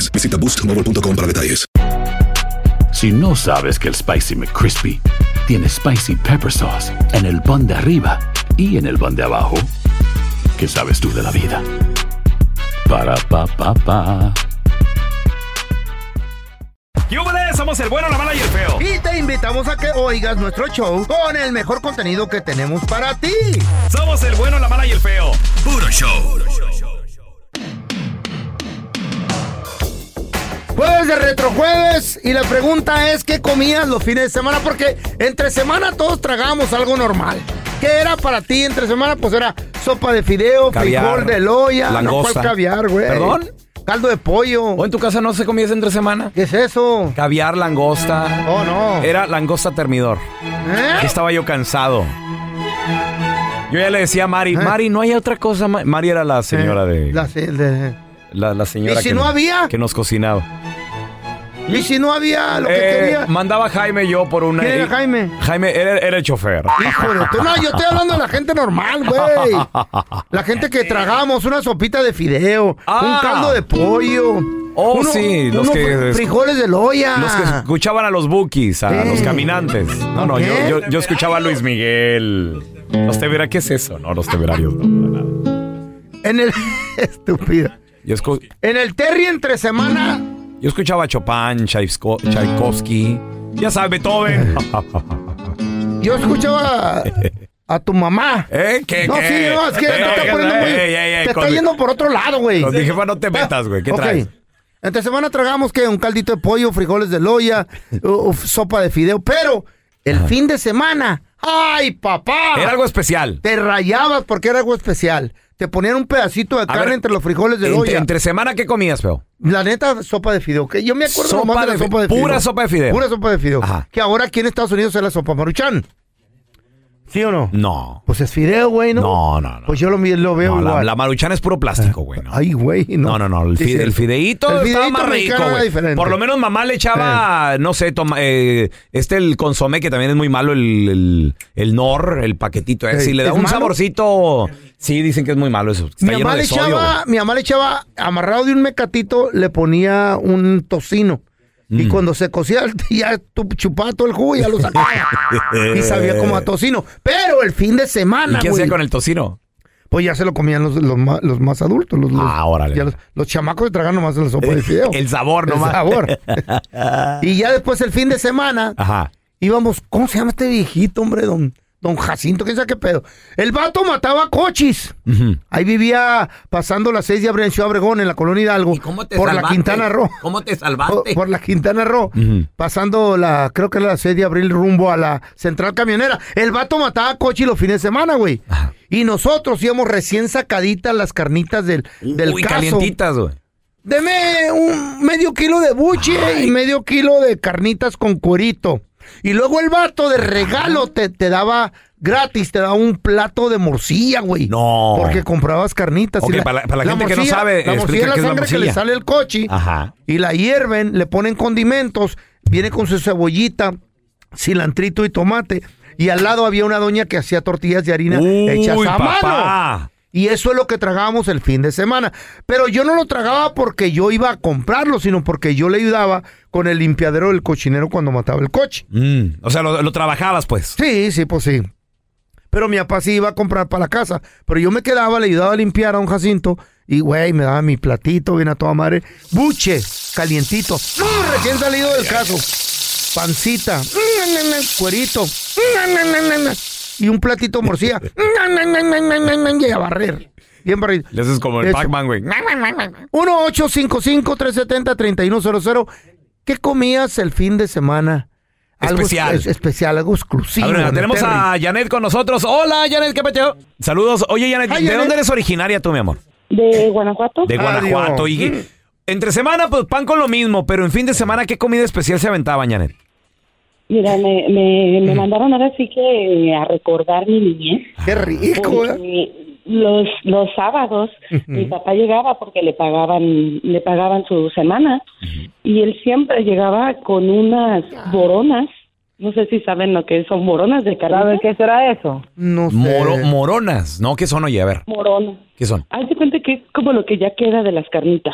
Visita boostmobile.com para detalles. Si no sabes que el Spicy McCrispy tiene Spicy Pepper Sauce en el pan de arriba y en el pan de abajo, ¿qué sabes tú de la vida? Para, pa, pa, pa. ¡Yúbales! Somos el bueno, la mala y el feo. Y te invitamos a que oigas nuestro show con el mejor contenido que tenemos para ti. Somos el bueno, la mala y el feo. Puro show. Jueves de retrojueves y la pregunta es ¿qué comías los fines de semana? Porque entre semana todos tragamos algo normal. ¿Qué era para ti entre semana? Pues era sopa de fideo, Caviar, frijol de loya, no langosta. cual caviar, güey. ¿Perdón? Caldo de pollo. ¿O en tu casa no se comía ese entre semana? ¿Qué es eso? Caviar, langosta. Oh, no. Era langosta termidor. ¿Eh? Ya Estaba yo cansado. Yo ya le decía a Mari, Mari, no hay otra cosa. Ma-". Mari era la señora de. ¿Eh? La- de- La, la señora ¿Y si que, no nos- había? que nos cocinaba. Y si no había lo que Eh, quería. Mandaba a Jaime yo por una. ¿Quién era y- Jaime? Jaime era, era el chofer. Híjole, tú- no, yo estoy hablando de la gente normal, güey. La gente que tragamos una sopita de fideo, un Ah. caldo de pollo. Oh, sí, los unos que- fri- frijoles de loya. Los que escuchaban a los bookies, a Sí. los caminantes. No, no, ¿Qué? yo, yo, yo escuchaba a Luis Miguel. Los temerarios, ¿qué es eso? No, los temerarios, no, para nada. En el. Estúpido. Yo, escu- En el Terry entre semana. yo escuchaba a Chopin, Chaisco- Tchaikovsky. Ya sabes, Beethoven. Yo escuchaba a, a tu mamá. ¿Eh? ¿Qué? No, qué? sí, no, es que te Eh, está eh, poniendo muy. eh, eh, eh, te está con- yendo por otro lado, güey. Con mi jefa no te metas, güey. ¿Qué Ok. traes? Entre semana tragamos que un caldito de pollo, frijoles de loya, uf, sopa de fideo, pero el fin de semana, ¡ay, papá! Era algo especial. Te rayabas porque era algo especial. Te ponían un pedacito de carne ver, entre los frijoles de Entre, loya. entre semana, ¿qué comías, feo? La neta, sopa de fideo. Que yo me acuerdo Sopa nomás de la de fi- sopa de fideo. pura sopa de fideo. Pura sopa de fideo. Ajá. Que ahora aquí en Estados Unidos es la sopa maruchan. ¿Sí o no? No. Pues es fideo, güey, ¿no? No, no, no. Pues yo lo, mi- lo veo No, la, igual. la maruchana es puro plástico, güey. ¿no? Ay, güey, no. No, no, no. El, Sí, fi- sí. el fideíto El estaba fideíto más rico, mexicano era güey. diferente. Por lo menos mamá le echaba, no sé, toma- eh, este el consomé, que también es muy malo, el, el, el nor, el paquetito ese. Sí. y le da ¿Es un malo? saborcito. Sí, dicen que es muy malo eso. Está Mi lleno mamá, le de sodio, echaba, güey. mi mamá le echaba, amarrado de un mecatito, le ponía un tocino. Mm. Y cuando se cocía, ya tu- chupaba todo el jugo y ya lo sacaba. y sabía como a tocino. Pero el fin de semana, ¿Y qué güey, hacía con el tocino? pues ya se lo comían los, los ma- los más adultos. Los, los- Ah, órale. ya los, los chamacos se tragan nomás la sopa de fideo. El sabor El nomás. sabor. y ya después el fin de semana, Ajá. íbamos, ¿cómo se llama este viejito, hombre? Don, don Jacinto, quién sabe qué pedo. El vato mataba coches. Ahí vivía pasando las seis de Abre- en Ciudad Obregón, en la colonia Hidalgo. por la Quintana Roo. ¿Cómo te Por, salvaste? por la Quintana Roo, pasando la, creo que era la 6 de abril rumbo a la central camionera. El vato mataba coche los fines de semana, güey. Y nosotros íbamos recién sacaditas las carnitas del, del Uy, caso. calientitas, güey. Deme un medio kilo de buche y medio kilo de carnitas con cuerito. Y luego el vato de regalo te, te daba gratis, te daba un plato de morcilla, güey. No. Porque comprabas carnitas. Ok, para la- para la gente que no sabe, la explica morcilla es la qué es la sangre que le morcilla. sale el coche Ajá. y la hierven, le ponen condimentos, viene con su cebollita, cilantrito y tomate. Y al lado había una doña que hacía tortillas de harina hechas Uy, a mano. papá. Y eso es lo que tragábamos el fin de semana. Pero yo no lo tragaba porque yo iba a comprarlo, sino porque yo le ayudaba con el limpiadero del cochinero cuando mataba el coche. Mm, O sea, lo, lo trabajabas, pues. Sí, sí, pues sí. Pero mi papá sí iba a comprar para la casa. Pero yo me quedaba, le ayudaba a limpiar a un Jacinto. Y, güey, me daba mi platito, bien a toda madre. Buche. calientito, ¡Mmm! recién salido del caso. Pancita, ¡Mmm, na, na, na! cuerito, ¡Mmm, na, na, na, na! y un platito de morcilla. ¡Mmm, na, na, na, na, na, na! y a barrer. Bien barrido. Le haces como el Eso. Pac-Man, güey. 1-855-370-3100. ¿Qué comías el fin de semana? Algo Especial. es- especial, algo exclusivo. A ver, de tenemos a Monterrey. Janet con nosotros. Hola, Janet, ¿qué peteo? Saludos. Oye, Janet, Hi, ¿de Janet. Ah, dónde eres originaria tú, mi amor? De Guanajuato. De Adiós. Guanajuato. Y, entre semana, pues pan con lo mismo, pero en fin de semana, ¿qué comida especial se aventaba, Janet? Mira, me, me, me mandaron ahora sí que eh, a recordar mi niñez. Ah, Qué rico, ¿eh? Porque Los, los sábados mi papá llegaba porque le pagaban le pagaban su semana y él siempre llegaba con unas Ah. boronas no sé si saben lo que son boronas de carne ¿Sabes qué será eso? No sé. Moro- moronas, ¿no? ¿Qué son, oye? A ver, boronas ¿qué son? haz de cuenta que es como lo que ya queda de las carnitas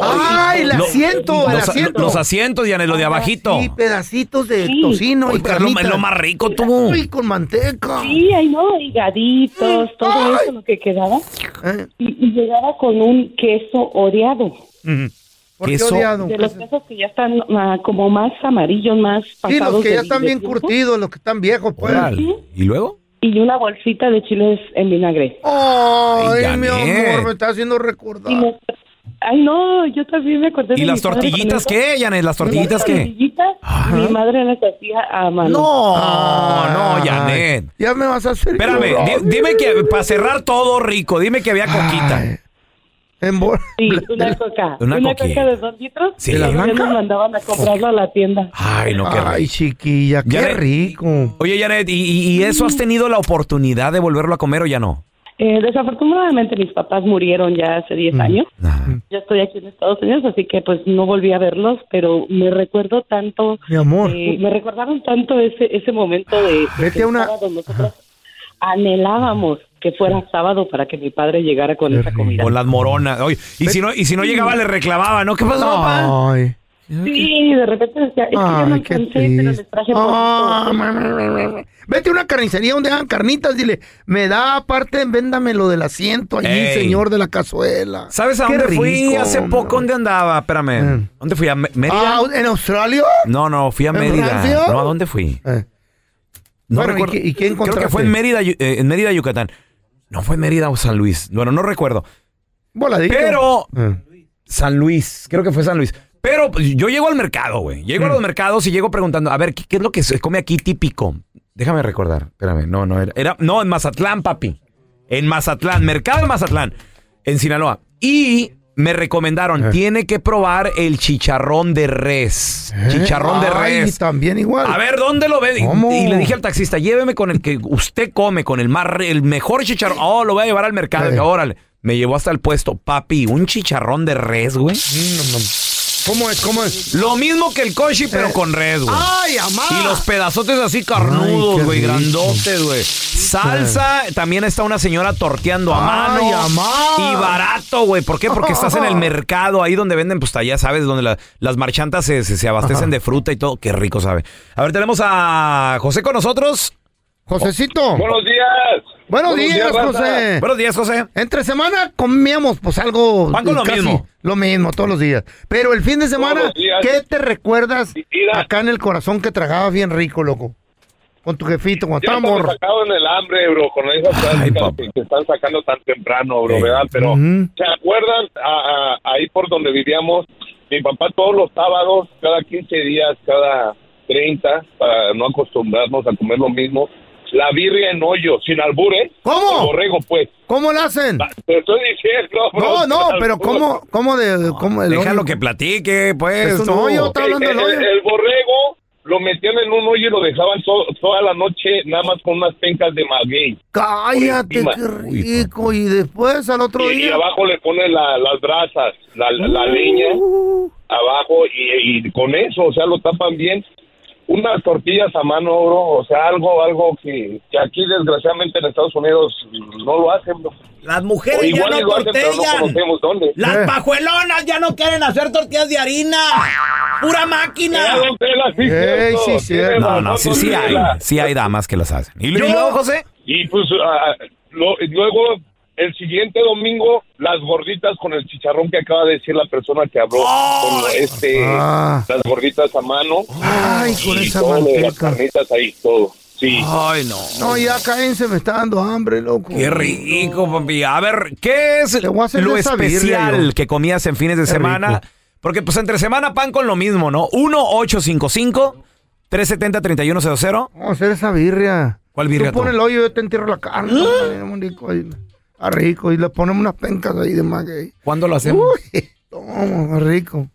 ¡Ay, el Lo- asiento! el Los, asiento. los asientos, Janet, lo de abajito. Sí, pedacitos de Sí. tocino Oye, y pero es lo- carnitas. es lo más rico, tú. Ay, con manteca. sí ahí no higaditos todo eso lo que quedaba Eh, y, y llegaba con un queso oreado ¿Por qué Queso. odiado? de Pues los quesos que ya están ah, como más amarillos más pasados Sí, los que de- ya están de bien tiempo. curtidos, los que están viejos, pues. Órale. ¿Y luego? y una bolsita de chiles en vinagre. Oh. Ay, Ay, mi Janet. amor, me está haciendo recordar. Y me- Ay, no, yo también me acordé de ¿Y mi las padre tortillitas con eso. qué, Janet? ¿Las tortillitas Las qué? tortillitas, mi madre las hacía a mano. No, Ah, no, Janet. Ya me vas a hacer. Espérame, llorar. di- dime que para cerrar todo rico, dime que había Ay, coquita. en bol- Sí, una coca. una Una, coquita. coca de dos litros. Sí. Ah. Y ¿De la luego ya blanca? nos mandaban a comprarlo a la tienda. Ay, no, qué Ay, rico. chiquilla, qué Janet, rico. Oye, Janet, ¿y, y- y eso has tenido la oportunidad de volverlo a comer o ya no? Eh, desafortunadamente mis papás murieron ya hace 10 años. Ajá. Yo estoy aquí en Estados Unidos, así que pues no volví a verlos, pero me recuerdo tanto Mi amor. Eh, me recordaron tanto ese ese momento de, de Vete que a una- sábado nosotros anhelábamos que fuera sábado para que mi padre llegara con esa comida. Con las moronas. Oye, y si no, y si no llegaba, le reclamaba, Ah, ¿no? ¿Qué pasó, papá? Ay. Sí, de repente decía, es que yo no Ay, qué alcancé, pero les triste. traje Ah, poquito". ma, ma, ma, ma, ma. Vete a una carnicería donde hagan carnitas, dile, me da aparte, véndame lo del asiento allí, Ey. señor de la cazuela. ¿Sabes a Qué dónde fui rico, hace poco? hombre. ¿Dónde andaba? Espérame. Mm. ¿Dónde fui? ¿A Me- Mérida? Ah, ¿en Australia? no, no, fui a ¿en Mérida. Francia? No, ¿a dónde fui? Eh, No Bueno, ¿y recuerdo. qué- y qué Creo que encontraste? fue en Mérida, Yu- eh, en Mérida, Yucatán. No fue en Mérida o San Luis. Bueno, no recuerdo. voladito. Pero Eh. San Luis, creo que fue San Luis. Pero pues, yo llego al mercado, güey. Llego Mm. a los mercados y llego preguntando, a ver, ¿qué, qué es lo que se come aquí típico? Déjame recordar, espérame, no, no, era, era- no, en Mazatlán, papi. En Mazatlán, mercado de Mazatlán, en Sinaloa. Y me recomendaron, Eh. tiene que probar el chicharrón de res. Chicharrón de Eh. Ay, res. también igual. A ver, ¿dónde lo ve? Y- ¿Cómo? Y, le dije al taxista, lléveme con el que usted come, con el más, re- el mejor chicharrón. Oh, lo voy a llevar al mercado. Eh. Órale. Me llevó hasta el puesto. Papi, un chicharrón de res, güey. Mm, ¿Cómo es? ¿Cómo es? Eh. Ah, Lo mismo que el cochi, pero con res, güey. Ay, amada. Y los pedazotes así Ay, carnudos, qué güey, rico. grandotes, güey. Salsa, también está una señora torteando a mano. Ay, amá. Y barato, güey. ¿Por qué? Porque estás en el mercado, ahí donde venden, pues ya sabes, donde la- las marchantas se, se- se abastecen de fruta y todo. Qué rico sabe. A ver, tenemos a José con nosotros. Josecito. Oh. Buenos días. Buenos días, raza. José. Buenos días, José. Entre semana comíamos pues algo Pan con lo mismo. lo mismo todos los días. Pero el fin de semana, los días. ¿qué te recuerdas Mira. acá en el corazón que tragabas bien rico, loco? Con tu jefito, cuando Ya estaba estamos morro. sacados del hambre, bro, con esas Ay, pláticas papá. que, que están sacando tan temprano, bro, Eh, ¿verdad? Pero, ujú. ¿se acuerdan A- a- ahí por donde vivíamos? Mi papá todos los sábados, cada 15 días, cada 30, para no acostumbrarnos a comer lo mismo, la birria en hoyo, sin albur, ¿eh? ¿Cómo? El borrego, pues. ¿Cómo lo hacen? Va, Te estoy diciendo, bro, No, sin no, albur. pero ¿cómo, cómo de, cómo el Déjalo hoyo? que platique, pues. Es un tú. hoyo, está El, hablando del el- hoyo. Eh, el borrego lo metían en un hoyo y lo dejaban to- toda la noche, nada más con unas pencas de maguey. Cállate, por qué rico. Y después al otro Y, y día. abajo le ponen la- las brasas, la, la- la leña, Uh, abajo, y, y con eso, o sea, lo tapan bien. Unas tortillas a mano, bro, o sea, algo, algo que, que aquí desgraciadamente en Estados Unidos no lo hacen, bro. Las O mujeres igual y lo hacen, pero no conocemos dónde. Eh. pajuelonas ya no quieren hacer tortillas de harina. Pura máquina. Eh, don Tela, sí, Ey, cierto, sí, tiene cierto. No, razón, no, sí, don sí hay. Tela. Sí hay damas que las hacen. ¿Y Yo- luego, José? ah, Y pues ah, lo- y luego el siguiente domingo las gorditas con el chicharrón que acaba de decir la persona que habló con este Ah. las gorditas a mano Ay, con y esa todo lo de las manteca. carnitas ahí todo sí Ay, no. No, ya cállense, me está dando hambre, loco. Qué rico, papi. A ver, ¿qué es Te voy a hacer lo de esa birria, especial yo. que comías en fines de Qué semana? rico. Porque pues entre semana pan con lo mismo, ¿no? 1-855-370-3100. Vamos a hacer esa birria. ¿Cuál birria Tú pon tú? el hoyo, yo te entierro la carne. ¿Ah? compadre, muy rico ahí. Ah, rico. Y le ponemos unas pencas ahí de más que ahí. ¿Cuándo lo hacemos? Uy, toma, rico.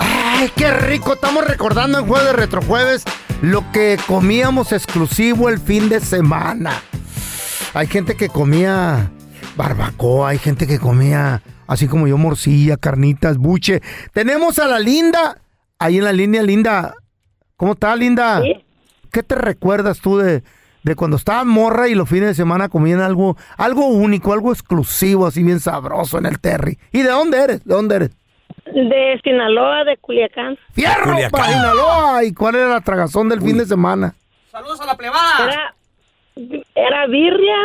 Ay, qué rico. Estamos recordando en jueves retrojueves lo que comíamos exclusivo el fin de semana. Hay gente que comía barbacoa, hay gente que comía así como yo morcilla, carnitas, buche. Tenemos a la Linda ahí en la línea, Linda. ¿Cómo está, Linda? Sí. ¿Qué te recuerdas tú de, de cuando estabas morra y los fines de semana comían algo, algo único, algo exclusivo, así bien sabroso en el Terry? ¿Y de dónde eres? ¿De dónde eres? De Sinaloa, de Culiacán. ¡Fierro, Culiacán. pa' Sinaloa! ¿Y cuál era la tragazón del fin de semana? Era, era birria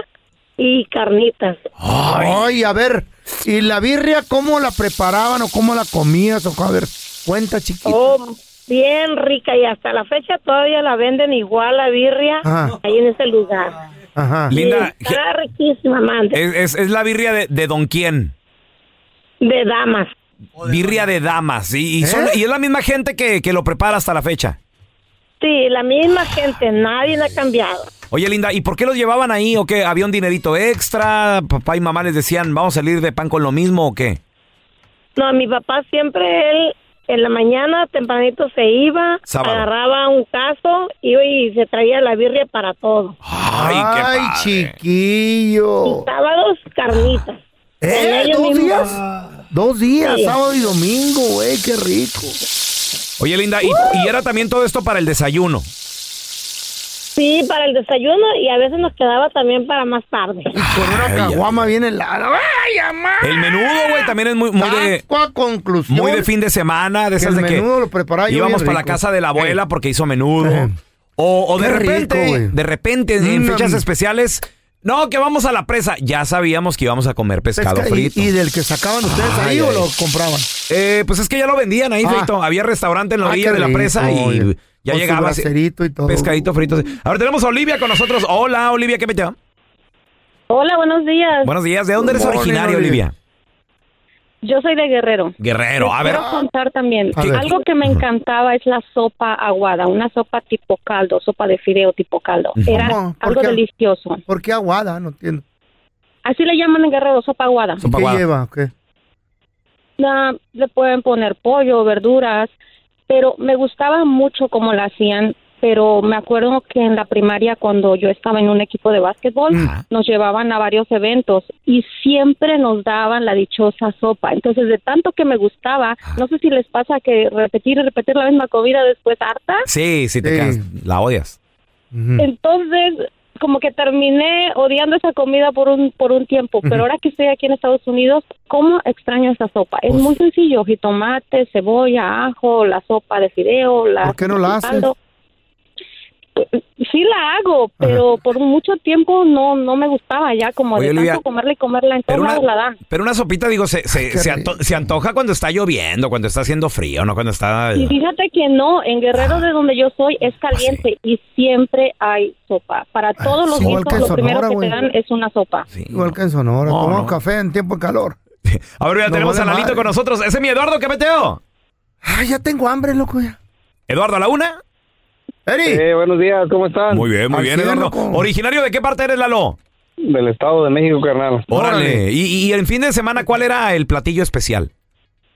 y carnitas. Ay. a ver, ¿y la birria cómo la preparaban o cómo la comías? O, a ver, cuenta, chiquito. Oh, bien rica y hasta la fecha todavía la venden igual la birria Ajá. ahí en ese lugar. Ajá. Linda, Y está riquísima, man, de, es, es- es la birria de, de Don Quién. de damas. Birria de damas. Y, y son- ¿Eh? y es la misma gente que, que lo prepara hasta la fecha. Sí, la misma gente, nadie la ha cambiado. Oye, Linda, ¿y por qué los llevaban ahí? ¿O qué? ¿Había un dinerito extra? ¿Papá y mamá les decían, vamos a salir de pan con lo mismo o qué? No, mi papá siempre él en la mañana tempranito se iba, Sábado. agarraba un caso iba y se traía la birria para todo. Ay, qué padre. chiquillo. Y sábados carnitas. Oh. ¿Eh? Con ellos ¿Dos mismos. días? Dos días, Sí. sábado y domingo, güey, qué rico. Oye, Linda, ¿y, y era también todo esto para el desayuno? Sí, para el desayuno y a veces nos quedaba también para más tarde. Con una Ay, caguama bien helada. ¡Ay, amá! El menudo, güey, también es muy, muy de... Taco a conclusión. Muy de fin de semana, de Que esas el de que menudo lo preparaba yo íbamos bien para la rico. casa de la abuela Eh. porque hizo menudo. Eh. O, o de Qué rico, repente, güey. de repente, en Mm, fechas mm. especiales, no, que vamos a la presa. Ya sabíamos que íbamos a comer pescado Pesca- y, frito. y del que sacaban ustedes ahí Ay, o ay. lo compraban. Eh, pues es que ya lo vendían ahí, Ah. Feito. Había restaurante en la Ah, orilla qué de la rico, presa y oye. ya Con su llegaba. así, bracerito y todo. Pescadito frito. así. Ahora tenemos a Olivia con nosotros. Hola, Olivia, ¿qué me llama? Hola, buenos días. Buenos días. ¿De dónde eres Good morning, originaria, Olivia. Olivia? Yo soy de Guerrero. Guerrero. A ver, Quiero contar también. A ver. Algo que me encantaba es la sopa aguada, una sopa tipo caldo, sopa de fideo tipo caldo. Era ¿Cómo? ¿Por algo qué? delicioso. ¿Por qué aguada? No entiendo. Así le llaman en Guerrero, sopa aguada. ¿Y Sopa ¿Qué aguada. lleva? o ¿Qué? La- le pueden poner pollo, verduras, pero me gustaba mucho cómo la hacían. Pero me acuerdo que en la primaria, cuando yo estaba en un equipo de básquetbol, Ajá. nos llevaban a varios eventos y siempre nos daban la dichosa sopa. Entonces, de tanto que me gustaba, Ah. no sé si les pasa que repetir y repetir la misma comida después harta. sí, sí, te Sí. quedas. La odias. Ujú. Entonces, como que terminé odiando esa comida por un por un tiempo, pero ahora que estoy aquí en Estados Unidos, ¿cómo extraño esa sopa? Pues Es muy sencillo, jitomate, cebolla, ajo, la sopa de fideo, la ¿Por qué no la haces? caldo. Sí la hago, pero por mucho tiempo no no me gustaba ya como Oye, de Olivia, tanto comerla y comerla en todos Pero una, lados la dan. pero una sopita, digo, se, se- Qué se rico. anto- se antoja cuando está lloviendo, cuando está haciendo frío, ¿no? Cuando está... Y fíjate que no, en Ah. Guerrero de donde yo soy Pues es caliente y siempre hay sopa. Para todos los sí. Igual días que en lo primero Sonora, que güey. te dan es una sopa. Sí, Igual no. que en Sonora. No, Tomamos no. café en tiempo de calor. A ver, ya No tenemos vale a Lalito madre. con nosotros. Ese es mi Eduardo, ¿qué meteo? Ay, ya tengo hambre, loco, ya. Eduardo, ¿a la una? ¡Eri! Eh, buenos días, ¿cómo están? Muy bien, muy Al bien, cielo, Eduardo. loco. ¿Originario de qué parte eres, Lalo? Del Estado de México, carnal. Órale. Órale. Y, y en fin de semana, ¿cuál era el platillo especial?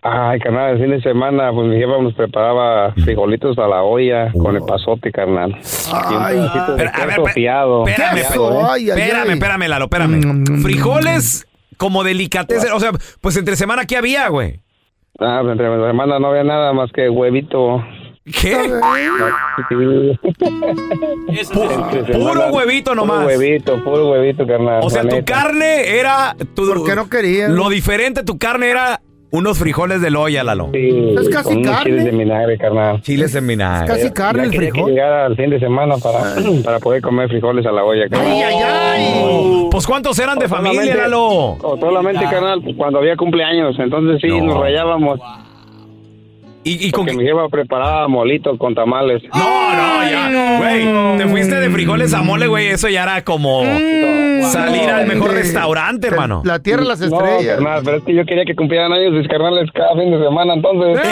Ay, carnal, el fin de semana, pues mi jefa nos preparaba frijolitos a la olla con el pasote, carnal. Y un Ay. pedacito de Pero, a ver, queso pe- fiado. Espérame, Queso, espérame, ay, ay, espérame, ay. espérame, Lalo, espérame. Mm. Frijoles como delicatessen. O sea, pues entre semana, ¿qué había, güey? Ah, pues, entre la semana no había nada más que huevito. ¿Qué? Entre semana, Puro huevito nomás. Puro huevito, puro huevito, carnal. O sea, la tu neta. carne era... Tu, ¿Por qué no quería? Lo diferente, tu carne era Unos frijoles de loya, Lalo. Es casi con unos carne. chiles de vinagre, carnal. Chiles en vinagre. Es casi carne Ya el quería que frijol. llegara al fin de semana para, para poder comer frijoles a la olla, carnal. Pues ¿cuántos eran de familia, solamente- Lalo? O solamente, carnal, cuando había cumpleaños. Entonces sí, No. nos rayábamos. ¿Y, con mi jefa preparaba molitos con tamales. No, no, ya. Güey, te fuiste de frijoles a mole, güey. Eso ya era como salir al mejor Mm. Sí. restaurante, hermano. La tierra de las No, estrellas. carnal, pero es que yo quería que cumplieran años mis carnales cada fin de semana, entonces. Eh,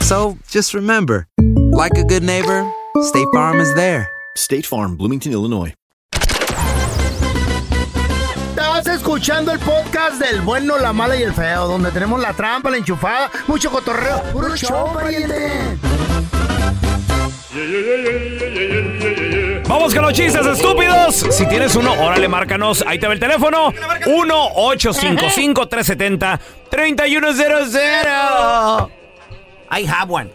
So just remember like a good neighbor, State Farm is there. State Farm, Bloomington, Illinois. Estás escuchando el podcast del bueno, la mala y el feo, donde tenemos la trampa, la enchufada, mucho cotorreo. ¡Puro show, pariente! Vamos con los chistes estúpidos. Si tienes uno, órale, márcanos. Ahí te va el teléfono. 1-855-370-3100. I have one.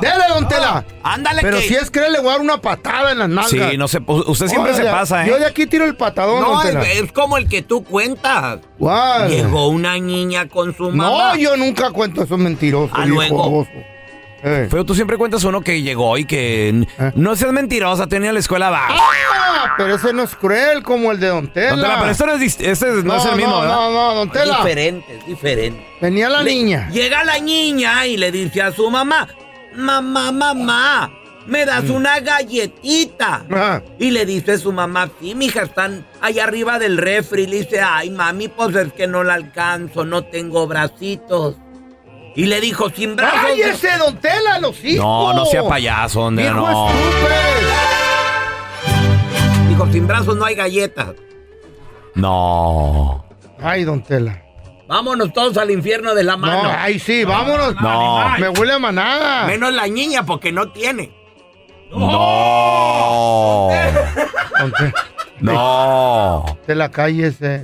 ¡Dele, don Tela! Ándale, Pero que- si es que le voy a dar una patada en las Ah. nalgas. Sí, no sé. Usted siempre se Órale, pasa, ¿eh? Yo de aquí tiro el patadón, No, es, don Tela. es como el que tú cuentas. ¿Cuál? Llegó una niña con su mamá. No, yo nunca cuento esos mentirosos. Ah, viejo luego. baboso. Eh. Feo, tú siempre cuentas uno que llegó y que n- no seas mentirosa, tenía la escuela baja. Ah, pero ese no es cruel como el de Don Tela. Don Tela, pero este no es, dis- este no es el mismo, no, ¿verdad? No, no, Don Tela. Diferente, es diferente. Venía la Le- niña. Llega la niña y le dice a su mamá, mamá, mamá, me das Mm. una galletita. Ah. Y le dice su mamá, sí, mija, están allá arriba del refri. Y le dice, ay, mami, pues es que no la alcanzo, no tengo bracitos. Y le dijo, sin brazos. ¡Cállese, Don Tela, los hijos! No, no sea payaso, don Tela, no. Dijo, sin brazos no hay galletas. No. Ay, Don Tela. Vámonos todos al infierno de la mano. No, ay, sí, vámonos. No. Animal. Me huele a manada. Menos la niña, porque no tiene. No. No. Te la cállese.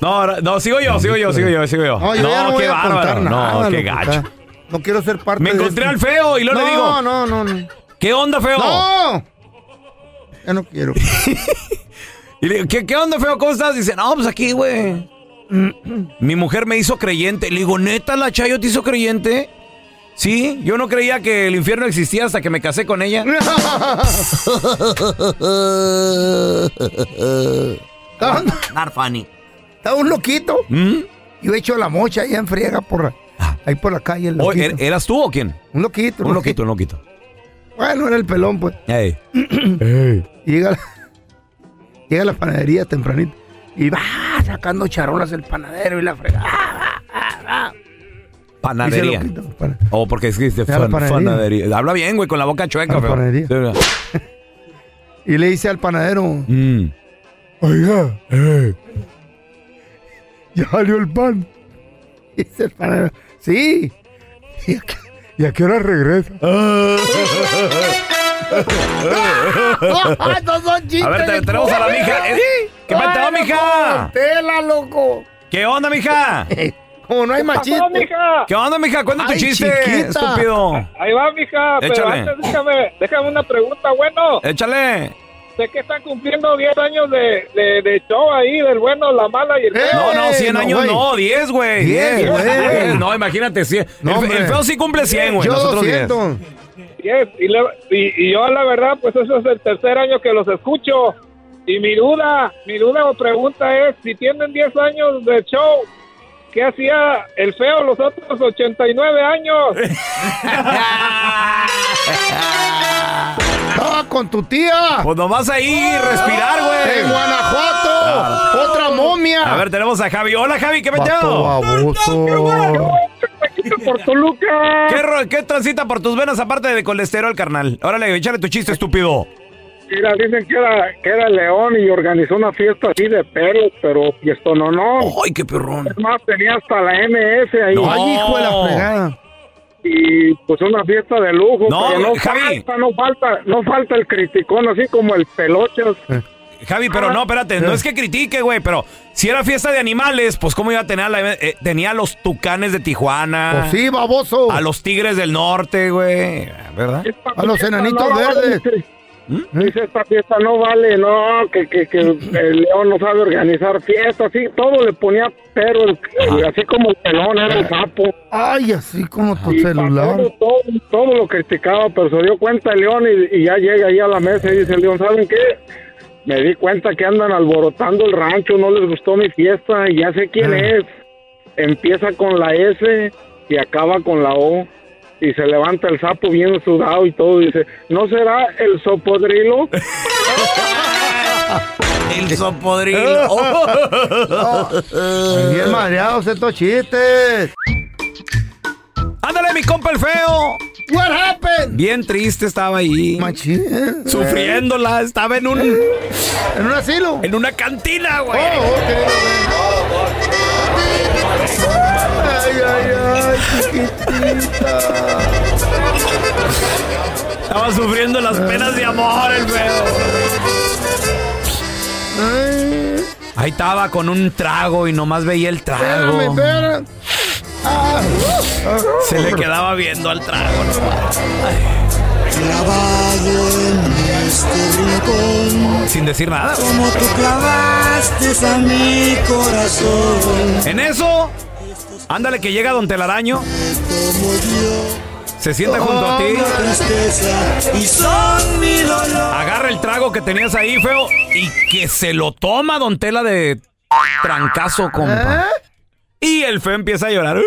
No, no, no, sigo yo, sigo yo, sigo yo, sigo yo. No, yo ya no voy qué a contar bárbaro. nada, No, qué loco, gacho. está. No quiero ser parte Me de encontré esto. al feo y luego le digo- No, no, no, no. ¿Qué onda, feo? ¡No! Ya no quiero. Y le digo, ¿qué, qué onda, feo? ¿Cómo estás? Dice, no, pues aquí, güey. Mi mujer me hizo creyente. Le digo, ¿neta la Chayo te hizo creyente? Sí, yo no creía que el infierno existía hasta que me casé con ella. Not funny. Estaba un loquito. ¿Mm? Yo he hecho la mocha ahí en friega por Ah. ahí por la calle. el O- loquito. er- ¿Eras tú o quién? Un loquito, Un loquito, un loquito. Bueno, era el pelón, pues. Ey. Y llega, la, llega a la panadería tempranito. Y va sacando charolas el panadero y la fregada. Panadería. Dice loquito, O porque escribiste Era la fan- panadería. panadería. Habla bien, güey, con la boca chueca, Era feo. panadería. Sí, mira. Y le dice al panadero, Mm. oiga, eh, ya salió el pan. Y dice el panadero, sí. ¿Y a qué, y a qué hora regresa? Ah, no son chistes, A ver, te- hijo. tenemos a la mija. Eh, ¿Qué Ay, pasó, loco, mija? Tela, loco. ¿Qué onda, mija? Como Eh, no hay machista. ¿Qué onda, mija? Cuenta tu Ay, chiste, chiquita. estúpido. Ahí va, mija, pero Échale. antes déjame, déjame una pregunta, bueno. Échale. Sé que están cumpliendo 10 años de, de, de show ahí, del bueno, la mala y el feo. No, no, 100 años no, 10, güey. 10, Diez, güey. No, imagínate 100. No, el, hombre. el feo sí cumple 100, güey. Yo Nosotros 10. 200. Yes, y, le- y- y yo la verdad, pues eso es el tercer año que los escucho. Y mi duda, mi duda o pregunta es, si tienen 10 años de show, ¿qué hacía el feo los otros 89 años? Estaba con tu tía. Pues nomás ahí, respirar, güey. En Guanajuato. Ah. Otra momia. A ver, tenemos a Javi. Hola, Javi, ¿qué Vato metido? baboso. Por Toluca. ¿Qué, ro- ¿Qué transita por tus venas aparte de colesterol, carnal? Órale, échale tu chiste, estúpido. Mira, dicen que era, que era león y organizó una fiesta así de perros, pero esto no, no. ¡Ay, qué perrón! Es más, tenía hasta la NS ahí. No. Ay, hijo de la fregada. Y pues una fiesta de lujo, No, pero no Javi. falta, no falta, no falta el criticón así como el pelochas. Eh. Javi, pero no, espérate, no es que critique, güey, pero si era fiesta de animales, pues cómo iba a tener a la... eh, tenía a los tucanes de Tijuana. Pues sí, baboso. A los tigres del norte, güey. ¿Verdad? A Ah, los No, enanitos no, verdes. ¿Mm? dice- Dice, esta fiesta no vale, no, que, que, que el león no sabe organizar fiestas, así, todo le ponía pero, el- el- así como el pelón era el sapo. Ay, así como tu Y pues, celular. Todo, todo, todo lo criticaba, pero se dio cuenta el León y, y ya llega ahí a la mesa y dice el León, ¿saben qué? Me di cuenta que andan alborotando el rancho, no les gustó mi fiesta y ya sé quién es. Empieza con la S y acaba con la O. Y se levanta el sapo bien sudado y todo. y dice, ¿no será el sopodrilo? El sopodrilo. Oh. Bien mareados estos chistes. Ándale, mi compa el feo. What happened? Bien triste estaba ahí. Machín. Sufriéndola, estaba en un... ¿En un asilo? Oh, En una cantina, güey. Ay, ay, ay, chiquitita. Estaba sufriendo las penas de amor el feo. Ahí estaba con un trago y nomás veía el trago. Espérame, espérame. Ah. Se le quedaba viendo al trago. Clavado en este rincón. Sin decir nada. Como tú clavaste a mi corazón. En eso, ándale que llega Don Telaraño. Se sienta junto a Oh, ti. Y son mi dolor. Agarra el trago que tenías ahí, feo, y que se lo toma Don Tela de trancazo, ¿Eh? compa. Y el feo empieza a llorar. ¿Eh?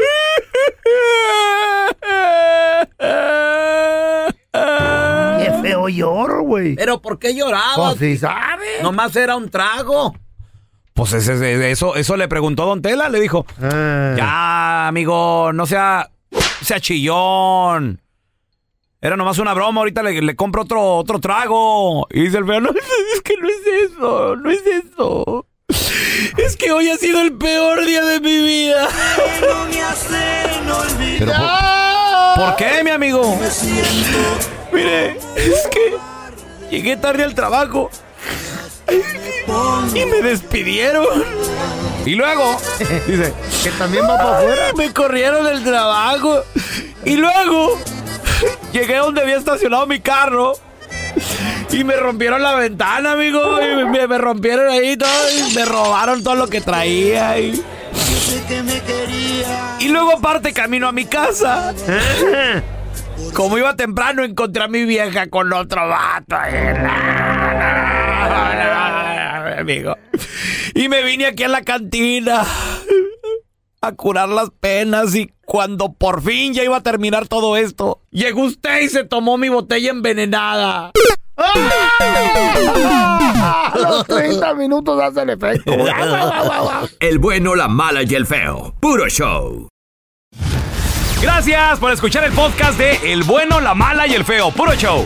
Qué feo lloro, güey. Pero ¿por qué lloraba? Pues sí sabe. Nomás era un trago. Pues ese- ese- eso, eso le preguntó Don Tela, le dijo, Ah. ya, amigo, no sea, sea chillón. Era nomás una broma, ahorita le, le compro otro, otro trago. Y dice el feo, no, es que no es eso, no es eso. Es que hoy ha sido el peor día de mi vida. Pero, ¿por, por qué, mi amigo? Mire, es que llegué tarde al trabajo. Y me despidieron. Y luego, dice, que también va para afuera. Me corrieron del trabajo. Y luego, llegué donde había estacionado mi carro. Y me rompieron la ventana, amigo. Y me, me rompieron ahí todo. Y me robaron todo lo que traía. Y, y luego, aparte, camino a mi casa. Como iba temprano, encontré a mi vieja con otro vato. Amigo. Y me vine aquí a la cantina a curar las penas y cuando por fin ya iba a terminar todo esto, llegó usted y se tomó mi botella envenenada. A los 30 minutos hace el efecto. El bueno, la mala y el feo. Puro show. Gracias por escuchar el podcast de El bueno, la mala y el feo. Puro show.